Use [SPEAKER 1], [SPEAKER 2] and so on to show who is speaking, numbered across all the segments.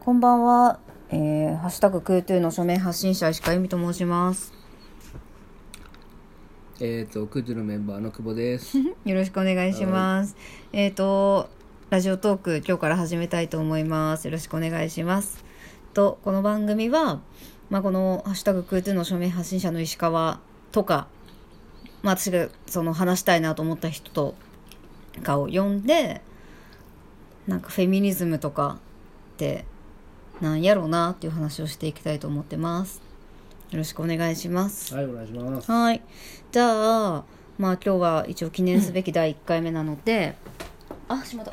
[SPEAKER 1] こんばんは。えー、ハッシュタグクートゥーの署名発信者石川由美と申します。
[SPEAKER 2] えっ、と、クズのメンバーの久保で す。
[SPEAKER 1] よろしくお願いします。えっ、と、ラジオトーク今日から始めたいと思います。よろしくお願いします。と、この番組は、まあ、このハッシュタグクートゥーの署名発信者の石川とか、まあ、私がその話したいなと思った人とかを呼んで、なんかフェミニズムとかってなんやろうなっていう話をしていきたいと思ってます。よろしくお願いします。
[SPEAKER 2] はい、お願いします。
[SPEAKER 1] はい。じゃあ、まあ今日は一応記念すべき第1回目なので、あ、しまった。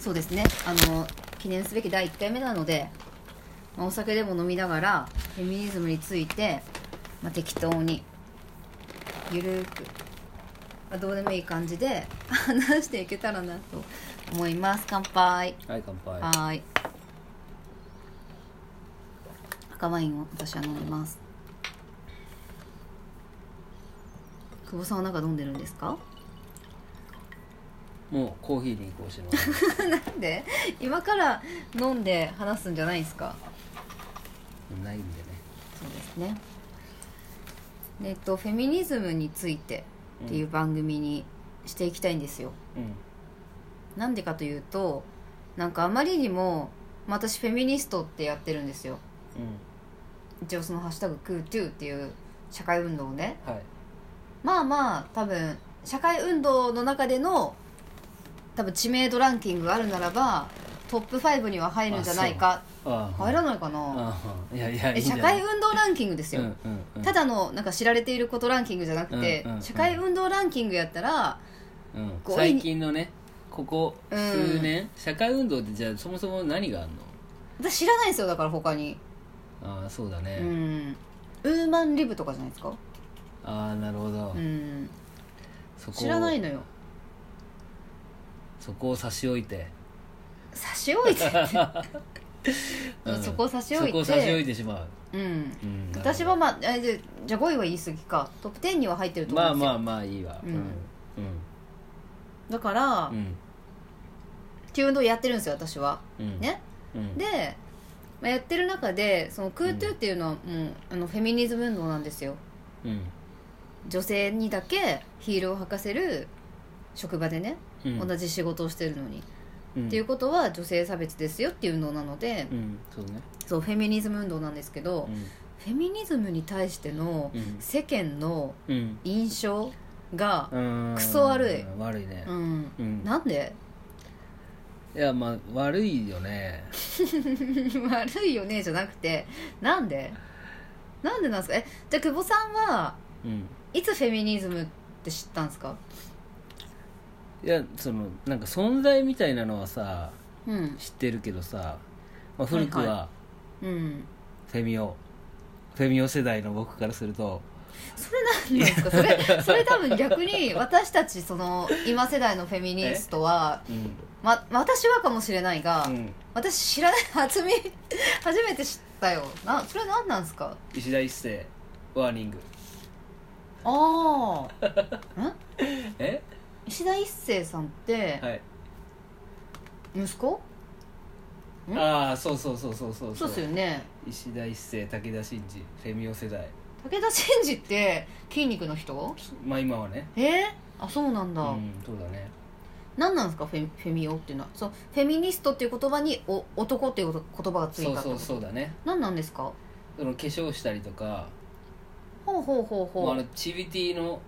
[SPEAKER 1] そうですね。あの、記念すべき第1回目なので、まあ、お酒でも飲みながら、フェミニズムについて、まあ、適当に、ゆるーく、まあ、どうでもいい感じで 話していけたらなと思います。乾杯。
[SPEAKER 2] はい、乾杯。
[SPEAKER 1] はーい。赤ワインを私は飲みます。久保さんはなんか飲んでるんですか？
[SPEAKER 2] もうコーヒーに移行して ます。
[SPEAKER 1] なんで今から飲んで話すんじゃないですか？
[SPEAKER 2] ないんでね。
[SPEAKER 1] そうですね。えっとフェミニズムについてっていう番組にしていきたいんですよ。
[SPEAKER 2] う
[SPEAKER 1] なんでかというと、なんかあまりにもまあ私フェミニストってやってるんですよ。
[SPEAKER 2] ん。うん。
[SPEAKER 1] 一応そのハッシュタグクートゥーっていう社会運動をね
[SPEAKER 2] はい。
[SPEAKER 1] まあまあ多分社会運動の中での多分知名度ランキングがあるならばトップ5には入るんじゃないか
[SPEAKER 2] ああ。
[SPEAKER 1] 入らないかな
[SPEAKER 2] ああ。いやいや、い
[SPEAKER 1] え
[SPEAKER 2] いじゃ
[SPEAKER 1] 社
[SPEAKER 2] ない
[SPEAKER 1] 会運動ランキングですよ、
[SPEAKER 2] うんうんうん。
[SPEAKER 1] ただのなんか知られていることランキングじゃなくて、
[SPEAKER 2] うんうんうん
[SPEAKER 1] 社会運動ランキングやったら
[SPEAKER 2] うん、
[SPEAKER 1] こう
[SPEAKER 2] 最近のね、ここ数年、社会運動ってじゃあそもそも何があるの
[SPEAKER 1] 私知らないんですよだから他に
[SPEAKER 2] ああ、そうだ
[SPEAKER 1] う
[SPEAKER 2] ね。
[SPEAKER 1] んウーマンリブとかじゃないですか
[SPEAKER 2] ああ、なるほど。
[SPEAKER 1] うん
[SPEAKER 2] そこを
[SPEAKER 1] 知らないのよ
[SPEAKER 2] そこを差し置いて。
[SPEAKER 1] 差し置いてって
[SPEAKER 2] うん
[SPEAKER 1] そこを差し置いて
[SPEAKER 2] そこを差し置いてしまう。
[SPEAKER 1] うん
[SPEAKER 2] うん、なるほど
[SPEAKER 1] 私はまあえじゃじゃあ5位は言い過ぎかトップ10には入ってると思
[SPEAKER 2] ま
[SPEAKER 1] う
[SPEAKER 2] あ
[SPEAKER 1] んですよ、
[SPEAKER 2] まあまあいいわ。
[SPEAKER 1] う
[SPEAKER 2] うんん。
[SPEAKER 1] だから、
[SPEAKER 2] うん。うん。
[SPEAKER 1] っていう運動をやってるんですよ私は
[SPEAKER 2] うん。
[SPEAKER 1] ね
[SPEAKER 2] うん。
[SPEAKER 1] で、まあ、やってる中でそのクートゥーっていうのはもう、あのフェミニズム運動なんですよ
[SPEAKER 2] うん。
[SPEAKER 1] 女性にだけヒールを履かせる職場でね、
[SPEAKER 2] うん
[SPEAKER 1] 同じ仕事をしてるのに、
[SPEAKER 2] うん
[SPEAKER 1] っていうことは女性差別ですよっていう運動なので、
[SPEAKER 2] うんそうね
[SPEAKER 1] そうフェミニズム運動なんですけど、フェミニズムに対しての
[SPEAKER 2] うん
[SPEAKER 1] 世間の
[SPEAKER 2] うん
[SPEAKER 1] 印象が、
[SPEAKER 2] うん
[SPEAKER 1] クソ悪い
[SPEAKER 2] 悪いね
[SPEAKER 1] うん
[SPEAKER 2] うん
[SPEAKER 1] なんで
[SPEAKER 2] いやまあ悪いよね
[SPEAKER 1] 悪いよねじゃなくてなんでなんでなんですかえじゃあ久保さんは
[SPEAKER 2] うん
[SPEAKER 1] いつフェミニズムって知ったんですか
[SPEAKER 2] いやそのなんか存在みたいなのはさ
[SPEAKER 1] うん
[SPEAKER 2] 知ってるけどさ、まあ、古く
[SPEAKER 1] はい
[SPEAKER 2] は
[SPEAKER 1] うん
[SPEAKER 2] フェミオ、フェミオ世代の僕からすると
[SPEAKER 1] それ何なんですかそ れそれ多分逆に私たちその今世代のフェミニストは
[SPEAKER 2] うん
[SPEAKER 1] ま私はかもしれないが、
[SPEAKER 2] うん
[SPEAKER 1] 私知らない 初め初めて知ったよなそれ何なんですか
[SPEAKER 2] 石田一世ワーニング
[SPEAKER 1] ああん
[SPEAKER 2] え
[SPEAKER 1] 石田一生さんって
[SPEAKER 2] はい
[SPEAKER 1] 息子、ん
[SPEAKER 2] ああそうそうそうそうそう
[SPEAKER 1] そうっすよね
[SPEAKER 2] 石田一世武田真治フェミオ世代
[SPEAKER 1] 武田真治って筋肉の人
[SPEAKER 2] まあ今はね
[SPEAKER 1] えー、あそうなんだ、
[SPEAKER 2] うんそうだね
[SPEAKER 1] 何なんですかフェフェミオっていうのはそうフェミニストっていう言葉にお男っていう言葉がついた
[SPEAKER 2] そ
[SPEAKER 1] って
[SPEAKER 2] う
[SPEAKER 1] こと
[SPEAKER 2] そうそうだね
[SPEAKER 1] 何なんですか
[SPEAKER 2] その化粧したりとか
[SPEAKER 1] ほうほうほうほう、
[SPEAKER 2] もうあのチビティの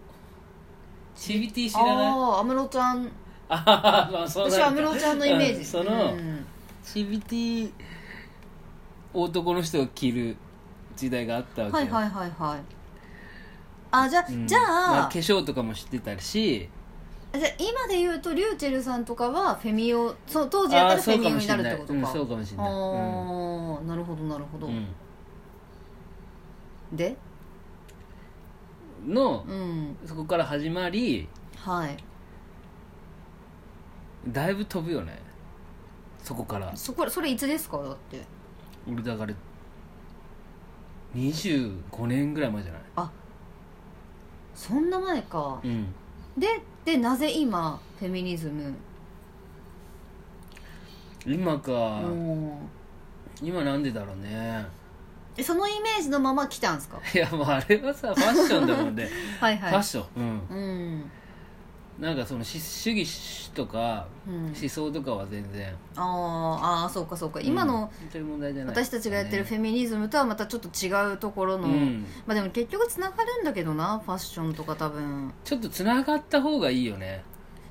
[SPEAKER 2] チビティ知らない
[SPEAKER 1] ああ安室ちゃん
[SPEAKER 2] あ あまあそう
[SPEAKER 1] 私
[SPEAKER 2] な
[SPEAKER 1] は安
[SPEAKER 2] るか
[SPEAKER 1] 室ちゃんのイメージ、
[SPEAKER 2] うんその
[SPEAKER 1] うん
[SPEAKER 2] チビティ男の人を着る時代があったわけ
[SPEAKER 1] はい
[SPEAKER 2] よ
[SPEAKER 1] はいはいはいあじゃ,、
[SPEAKER 2] うん
[SPEAKER 1] じゃあ,、
[SPEAKER 2] まあ、化粧とかも知ってたし
[SPEAKER 1] じゃあ今で言うとリューチェルさんとかはフェミオその当時やったら
[SPEAKER 2] ああ
[SPEAKER 1] フ
[SPEAKER 2] そ
[SPEAKER 1] ェ
[SPEAKER 2] う
[SPEAKER 1] ミ
[SPEAKER 2] か
[SPEAKER 1] オ
[SPEAKER 2] も
[SPEAKER 1] に
[SPEAKER 2] し
[SPEAKER 1] な
[SPEAKER 2] れ
[SPEAKER 1] るって
[SPEAKER 2] な
[SPEAKER 1] こ
[SPEAKER 2] い
[SPEAKER 1] と
[SPEAKER 2] うん
[SPEAKER 1] か、
[SPEAKER 2] そうかもしれ
[SPEAKER 1] あ
[SPEAKER 2] ないうん
[SPEAKER 1] あなるほどなるほど、で
[SPEAKER 2] うんの
[SPEAKER 1] うん
[SPEAKER 2] そこから始まり
[SPEAKER 1] はい
[SPEAKER 2] だいぶ飛ぶよねそこから
[SPEAKER 1] そこそれいつですかだって
[SPEAKER 2] 俺だから25年ぐらい前じゃない
[SPEAKER 1] そんな前か
[SPEAKER 2] うん
[SPEAKER 1] ででなぜ今フェミニズム
[SPEAKER 2] 今か、
[SPEAKER 1] うん
[SPEAKER 2] 今なんでだろうね
[SPEAKER 1] えそのイメージのまま来たんですか
[SPEAKER 2] いやもうあれはさファッションだもんね、
[SPEAKER 1] はい
[SPEAKER 2] ファッ
[SPEAKER 1] はい
[SPEAKER 2] ションうん
[SPEAKER 1] うん
[SPEAKER 2] なんかそのし主義とか
[SPEAKER 1] うん、
[SPEAKER 2] 思想とかは全然
[SPEAKER 1] あーあーそうかそうか今の
[SPEAKER 2] うん、そういう問題じゃない
[SPEAKER 1] 私たちがやってるフェミニズムとはまたちょっと違うところの、
[SPEAKER 2] うん、
[SPEAKER 1] まあでも結局つながるんだけどなファッションとか多分
[SPEAKER 2] ちょっとつながった方がいいよね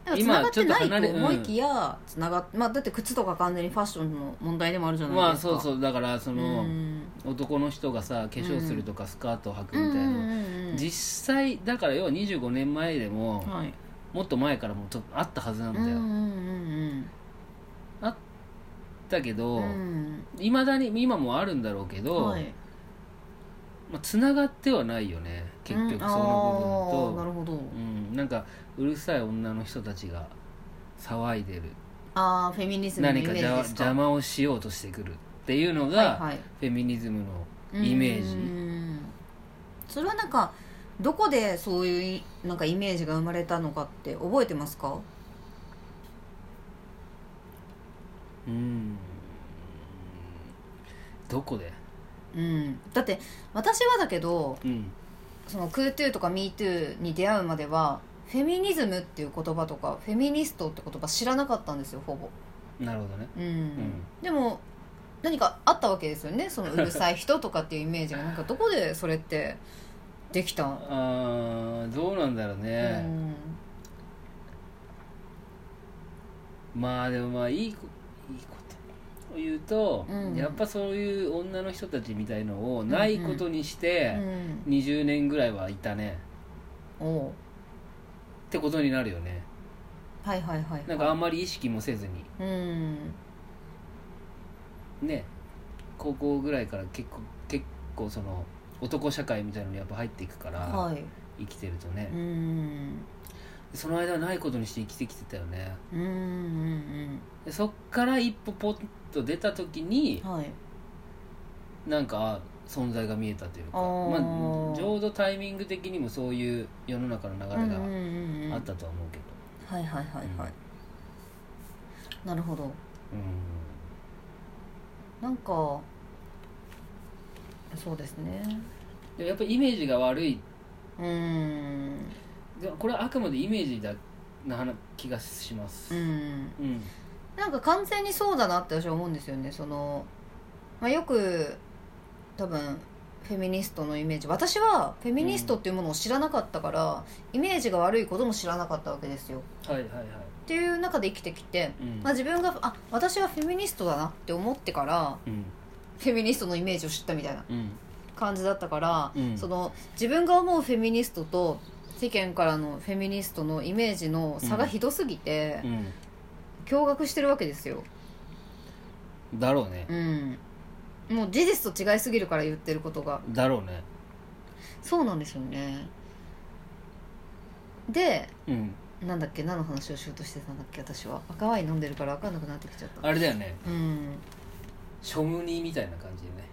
[SPEAKER 1] なんかつながってないと思いきやつながっ、まあ、だって靴とか完全にファッションの問題でもあるじゃな
[SPEAKER 2] ま
[SPEAKER 1] い
[SPEAKER 2] あ
[SPEAKER 1] ですか、
[SPEAKER 2] そうそうだからその、
[SPEAKER 1] うん
[SPEAKER 2] 男の人がさ化粧するとかスカートを履くみたいなの、
[SPEAKER 1] うんうんうんうん
[SPEAKER 2] 実際だから要は25年前でも、
[SPEAKER 1] はい
[SPEAKER 2] もっと前からもちょっとあったはずなんだ
[SPEAKER 1] うんう
[SPEAKER 2] よ、
[SPEAKER 1] ん
[SPEAKER 2] あったけ
[SPEAKER 1] うんう
[SPEAKER 2] ど
[SPEAKER 1] ん
[SPEAKER 2] いま、未だに今もあるんだろうけ
[SPEAKER 1] うん
[SPEAKER 2] ど、
[SPEAKER 1] はい
[SPEAKER 2] まあ、繋がってはないよね結局そ
[SPEAKER 1] うんあーな
[SPEAKER 2] の
[SPEAKER 1] るほど
[SPEAKER 2] 部分と、うんなんかうるさい女の人たちが騒いでる
[SPEAKER 1] ああフェミニズムのイメ
[SPEAKER 2] 何か
[SPEAKER 1] ージ
[SPEAKER 2] 邪
[SPEAKER 1] ですか
[SPEAKER 2] 邪魔をしようとしてくるっていうのが、
[SPEAKER 1] はいはい
[SPEAKER 2] フェミニズムのイメージ
[SPEAKER 1] うんそれはなんかどこでそういういなんかイメージが生まれたのかって覚えてますか
[SPEAKER 2] うんどこで
[SPEAKER 1] うん、だって私はだけど
[SPEAKER 2] うん
[SPEAKER 1] その CUTO とか MeToo に出会うまではフェミニズムっていう言葉とかフェミニストって言葉知らなかったんですよほぼ、
[SPEAKER 2] なるほどね
[SPEAKER 1] うんでも何かあったわけですよねそのうるさい人とかっていうイメージがなんかどこでそれってできたん、
[SPEAKER 2] あーどうなんだろうね、まあでもまあいいこいいことを言うと、
[SPEAKER 1] うん
[SPEAKER 2] やっぱそういう女の人たちみたいのをないことにして
[SPEAKER 1] うん、うん
[SPEAKER 2] 20年ぐらいはいたね
[SPEAKER 1] おう
[SPEAKER 2] ってことになるよね
[SPEAKER 1] はいはいはい
[SPEAKER 2] なんかあんまり意識もせずに
[SPEAKER 1] うん
[SPEAKER 2] ね高校ぐらいから結構結構その男社会みたいのにやっぱ入っていくから、
[SPEAKER 1] はい
[SPEAKER 2] 生きてるとね
[SPEAKER 1] う、ん
[SPEAKER 2] その間はないことにして生きてきてたよね
[SPEAKER 1] うんうん
[SPEAKER 2] でそっから一歩ポッと出た時に
[SPEAKER 1] うんはい
[SPEAKER 2] なんか存在が見えたというか
[SPEAKER 1] あー
[SPEAKER 2] まあ、ちょうどタイミング的にもそういう世の中の
[SPEAKER 1] うんうん
[SPEAKER 2] 流れ
[SPEAKER 1] うんうん
[SPEAKER 2] があったとは思うけど、
[SPEAKER 1] はいはいはいはい、なるほど
[SPEAKER 2] うん
[SPEAKER 1] なんかそうですね
[SPEAKER 2] でもやっぱイメージが悪いう
[SPEAKER 1] ーん
[SPEAKER 2] でもこれはあくまでイメージだな話気がしま
[SPEAKER 1] う
[SPEAKER 2] す、
[SPEAKER 1] ん
[SPEAKER 2] うん
[SPEAKER 1] なんか完全にそうだなって私は思うんですよねその、まあ、よく多分フェミニストのイメージ私はフェミニストっていうものを知らなかったから、イメージが悪いことも知らなかったわけですよ
[SPEAKER 2] はいはいはい、
[SPEAKER 1] っていう中で生きてきて、
[SPEAKER 2] うん
[SPEAKER 1] まあ、自分があ私はフェミニストだなって思ってから
[SPEAKER 2] うん
[SPEAKER 1] フェミニストのイメージを知ったみたいな
[SPEAKER 2] うん
[SPEAKER 1] 感じだったから、
[SPEAKER 2] うん
[SPEAKER 1] その自分が思うフェミニストと世間からのフェミニストのイメージの差がひどすぎて、驚愕してるわけですよ、
[SPEAKER 2] うんだろうね
[SPEAKER 1] うん、もう事実と違いすぎるから言ってることが
[SPEAKER 2] だろうね
[SPEAKER 1] そうなんですよねで
[SPEAKER 2] うん
[SPEAKER 1] なんだっけ何の話をしようとしてたんだっけ私は赤ワイン飲んでるから分かんなくなってきちゃった
[SPEAKER 2] あれだよね
[SPEAKER 1] うん
[SPEAKER 2] ショムニみたいな感じでね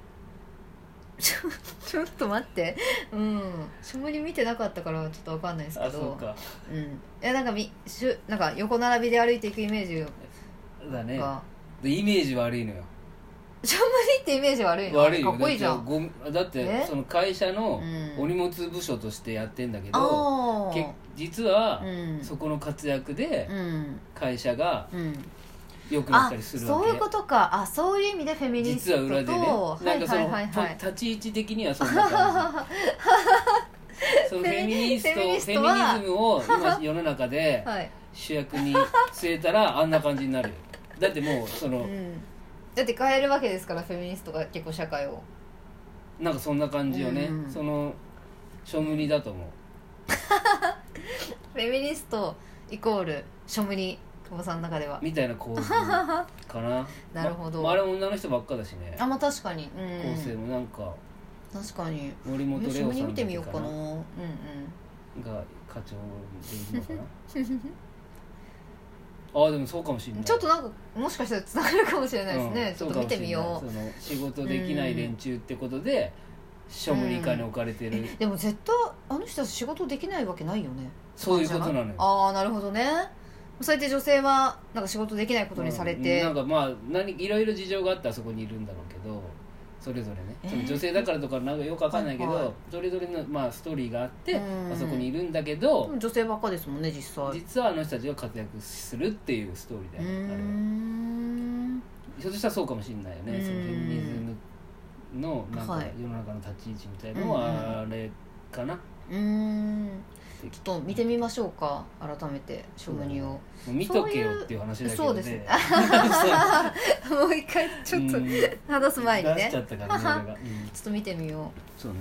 [SPEAKER 1] ちょっと待ってうんしもに見てなかったからちょっと分かんないですけど
[SPEAKER 2] か
[SPEAKER 1] うんいやなんかみしゅなんか横並びで歩いていくイメージが
[SPEAKER 2] だね
[SPEAKER 1] か
[SPEAKER 2] でイメージ悪いのよ
[SPEAKER 1] ショムニってイメージ悪いの
[SPEAKER 2] 悪いよ
[SPEAKER 1] かっこいいじゃん
[SPEAKER 2] だってごだって
[SPEAKER 1] え
[SPEAKER 2] その会社の
[SPEAKER 1] うん
[SPEAKER 2] お荷物部署としてやってんだけど、
[SPEAKER 1] あ
[SPEAKER 2] け
[SPEAKER 1] あ
[SPEAKER 2] 実は
[SPEAKER 1] うん
[SPEAKER 2] そこの活躍で
[SPEAKER 1] うん
[SPEAKER 2] 会社が
[SPEAKER 1] うん
[SPEAKER 2] 良くなっ
[SPEAKER 1] あ
[SPEAKER 2] たりするわけ
[SPEAKER 1] そういうことかあそういう意味でフェミニス
[SPEAKER 2] 実
[SPEAKER 1] ト
[SPEAKER 2] は
[SPEAKER 1] と
[SPEAKER 2] 裏でね
[SPEAKER 1] は
[SPEAKER 2] なん
[SPEAKER 1] い
[SPEAKER 2] かそ
[SPEAKER 1] は
[SPEAKER 2] の、
[SPEAKER 1] いはいはい
[SPEAKER 2] と立ち位置的にはそんな感じ そのフェミニスト
[SPEAKER 1] フェミニス
[SPEAKER 2] フ
[SPEAKER 1] トは
[SPEAKER 2] ェミニズムを今世の中 で
[SPEAKER 1] はい、
[SPEAKER 2] 主役に据えたらあんな感じになるよだってもうそうの
[SPEAKER 1] ん、だって変えるわけですからフェミニストが結構社会を
[SPEAKER 2] なんかそんな感じよね、
[SPEAKER 1] うん
[SPEAKER 2] そのショムニだと思う
[SPEAKER 1] フェミニストイコールショムニ久保さんの中では
[SPEAKER 2] みたいな構図かな
[SPEAKER 1] なるほど
[SPEAKER 2] ままあ、れ女の人ばっかだしね
[SPEAKER 1] あまあ確かに、
[SPEAKER 2] 構成
[SPEAKER 1] う
[SPEAKER 2] もなんか
[SPEAKER 1] ん、確かに
[SPEAKER 2] 森本レオ
[SPEAKER 1] ショ
[SPEAKER 2] さん
[SPEAKER 1] ム
[SPEAKER 2] だ
[SPEAKER 1] ニ
[SPEAKER 2] っ
[SPEAKER 1] 見
[SPEAKER 2] け
[SPEAKER 1] てみようかなうんうん
[SPEAKER 2] が課長でいい のかなああでもそうかもしれない
[SPEAKER 1] ちょっとなんかもしかしたらつながるかもしれないですね、
[SPEAKER 2] うん
[SPEAKER 1] ちょっと見てみよ
[SPEAKER 2] そうかもしれないその仕事できない連中ってことでショムニ下に置かれてる、
[SPEAKER 1] うでも絶対あの人は仕事できないわけないよね
[SPEAKER 2] そういうことなのよ
[SPEAKER 1] ああなるほどねそうやって女性はなんか仕事できないことにされて、
[SPEAKER 2] うんなんかまあ何いろいろ事情があったらそこにいるんだろうけどそれぞれね、
[SPEAKER 1] えー
[SPEAKER 2] その女性だからとかなんかよくわかんないけど、
[SPEAKER 1] はいはい
[SPEAKER 2] それぞれの、まあ、ストーリーがあって、
[SPEAKER 1] うん
[SPEAKER 2] あそこにいるんだけど、
[SPEAKER 1] 女性ばっかですもんね実際
[SPEAKER 2] 実はあの人たちが活躍するっていうストーリーだ
[SPEAKER 1] うー
[SPEAKER 2] よねあれは
[SPEAKER 1] ん
[SPEAKER 2] ひょっとしたらそうかもしれないよね、
[SPEAKER 1] うん
[SPEAKER 2] そのフェミニズムのなん
[SPEAKER 1] は
[SPEAKER 2] か
[SPEAKER 1] い
[SPEAKER 2] 世の中の立ち位置みたいのはあれかな、
[SPEAKER 1] うーんちょっと見てみましょうか改めてショムニを
[SPEAKER 2] もう見とけよっていう話だけどね
[SPEAKER 1] そうですね もう一回 ちょっと
[SPEAKER 2] うん
[SPEAKER 1] 話す前に
[SPEAKER 2] 出
[SPEAKER 1] ね
[SPEAKER 2] しち
[SPEAKER 1] ち
[SPEAKER 2] ゃ
[SPEAKER 1] ょ
[SPEAKER 2] ったから ね俺が、うん
[SPEAKER 1] っと見てみよう、
[SPEAKER 2] そうね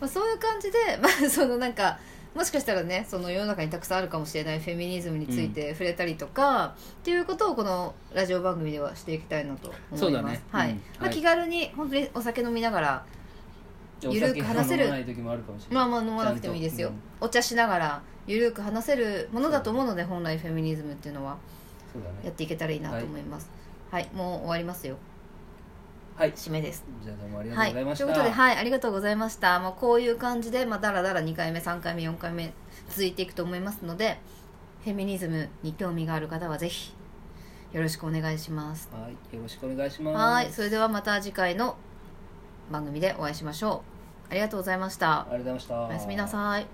[SPEAKER 1] まあ、そういう感じで、 まあ、そのなんかもしかしたらねその世の中にたくさんあるかもしれないフェミニズムについて触れたりとか、っていうことをこのラジオ番組ではしていきたいなと思います
[SPEAKER 2] そうだね
[SPEAKER 1] はい
[SPEAKER 2] うん
[SPEAKER 1] ま
[SPEAKER 2] は
[SPEAKER 1] あ、
[SPEAKER 2] い
[SPEAKER 1] 気軽に本当にお酒飲みながら
[SPEAKER 2] じゃあ
[SPEAKER 1] ゆるく話せる
[SPEAKER 2] お酒飲まない時もあるかもしれない
[SPEAKER 1] まあまあ飲まなくてもいいですよ、
[SPEAKER 2] ちゃんと
[SPEAKER 1] お茶しながらゆるく話せるものだと思うので本来フェミニズムっていうのは
[SPEAKER 2] そうだ
[SPEAKER 1] やっ
[SPEAKER 2] ね
[SPEAKER 1] ていけたらいいなと思いますはい、もう終わりますよ
[SPEAKER 2] はい
[SPEAKER 1] 締めです
[SPEAKER 2] じゃあどうもありがとう
[SPEAKER 1] は
[SPEAKER 2] ご
[SPEAKER 1] い、とい
[SPEAKER 2] ざいました、
[SPEAKER 1] うことで、はい、ありがとうございました。まあ、こういう感じで、まあ、だらだら2回目、3回目、4回目続いていくと思いますので、フェミニズムに興味がある方はぜひ、よろしくお願いします。
[SPEAKER 2] はいよろしくお願いします
[SPEAKER 1] はい、それではまた次回の番組でお会いしましょう。ありがとうございました
[SPEAKER 2] あ。りがとうございました
[SPEAKER 1] おやすみなさい。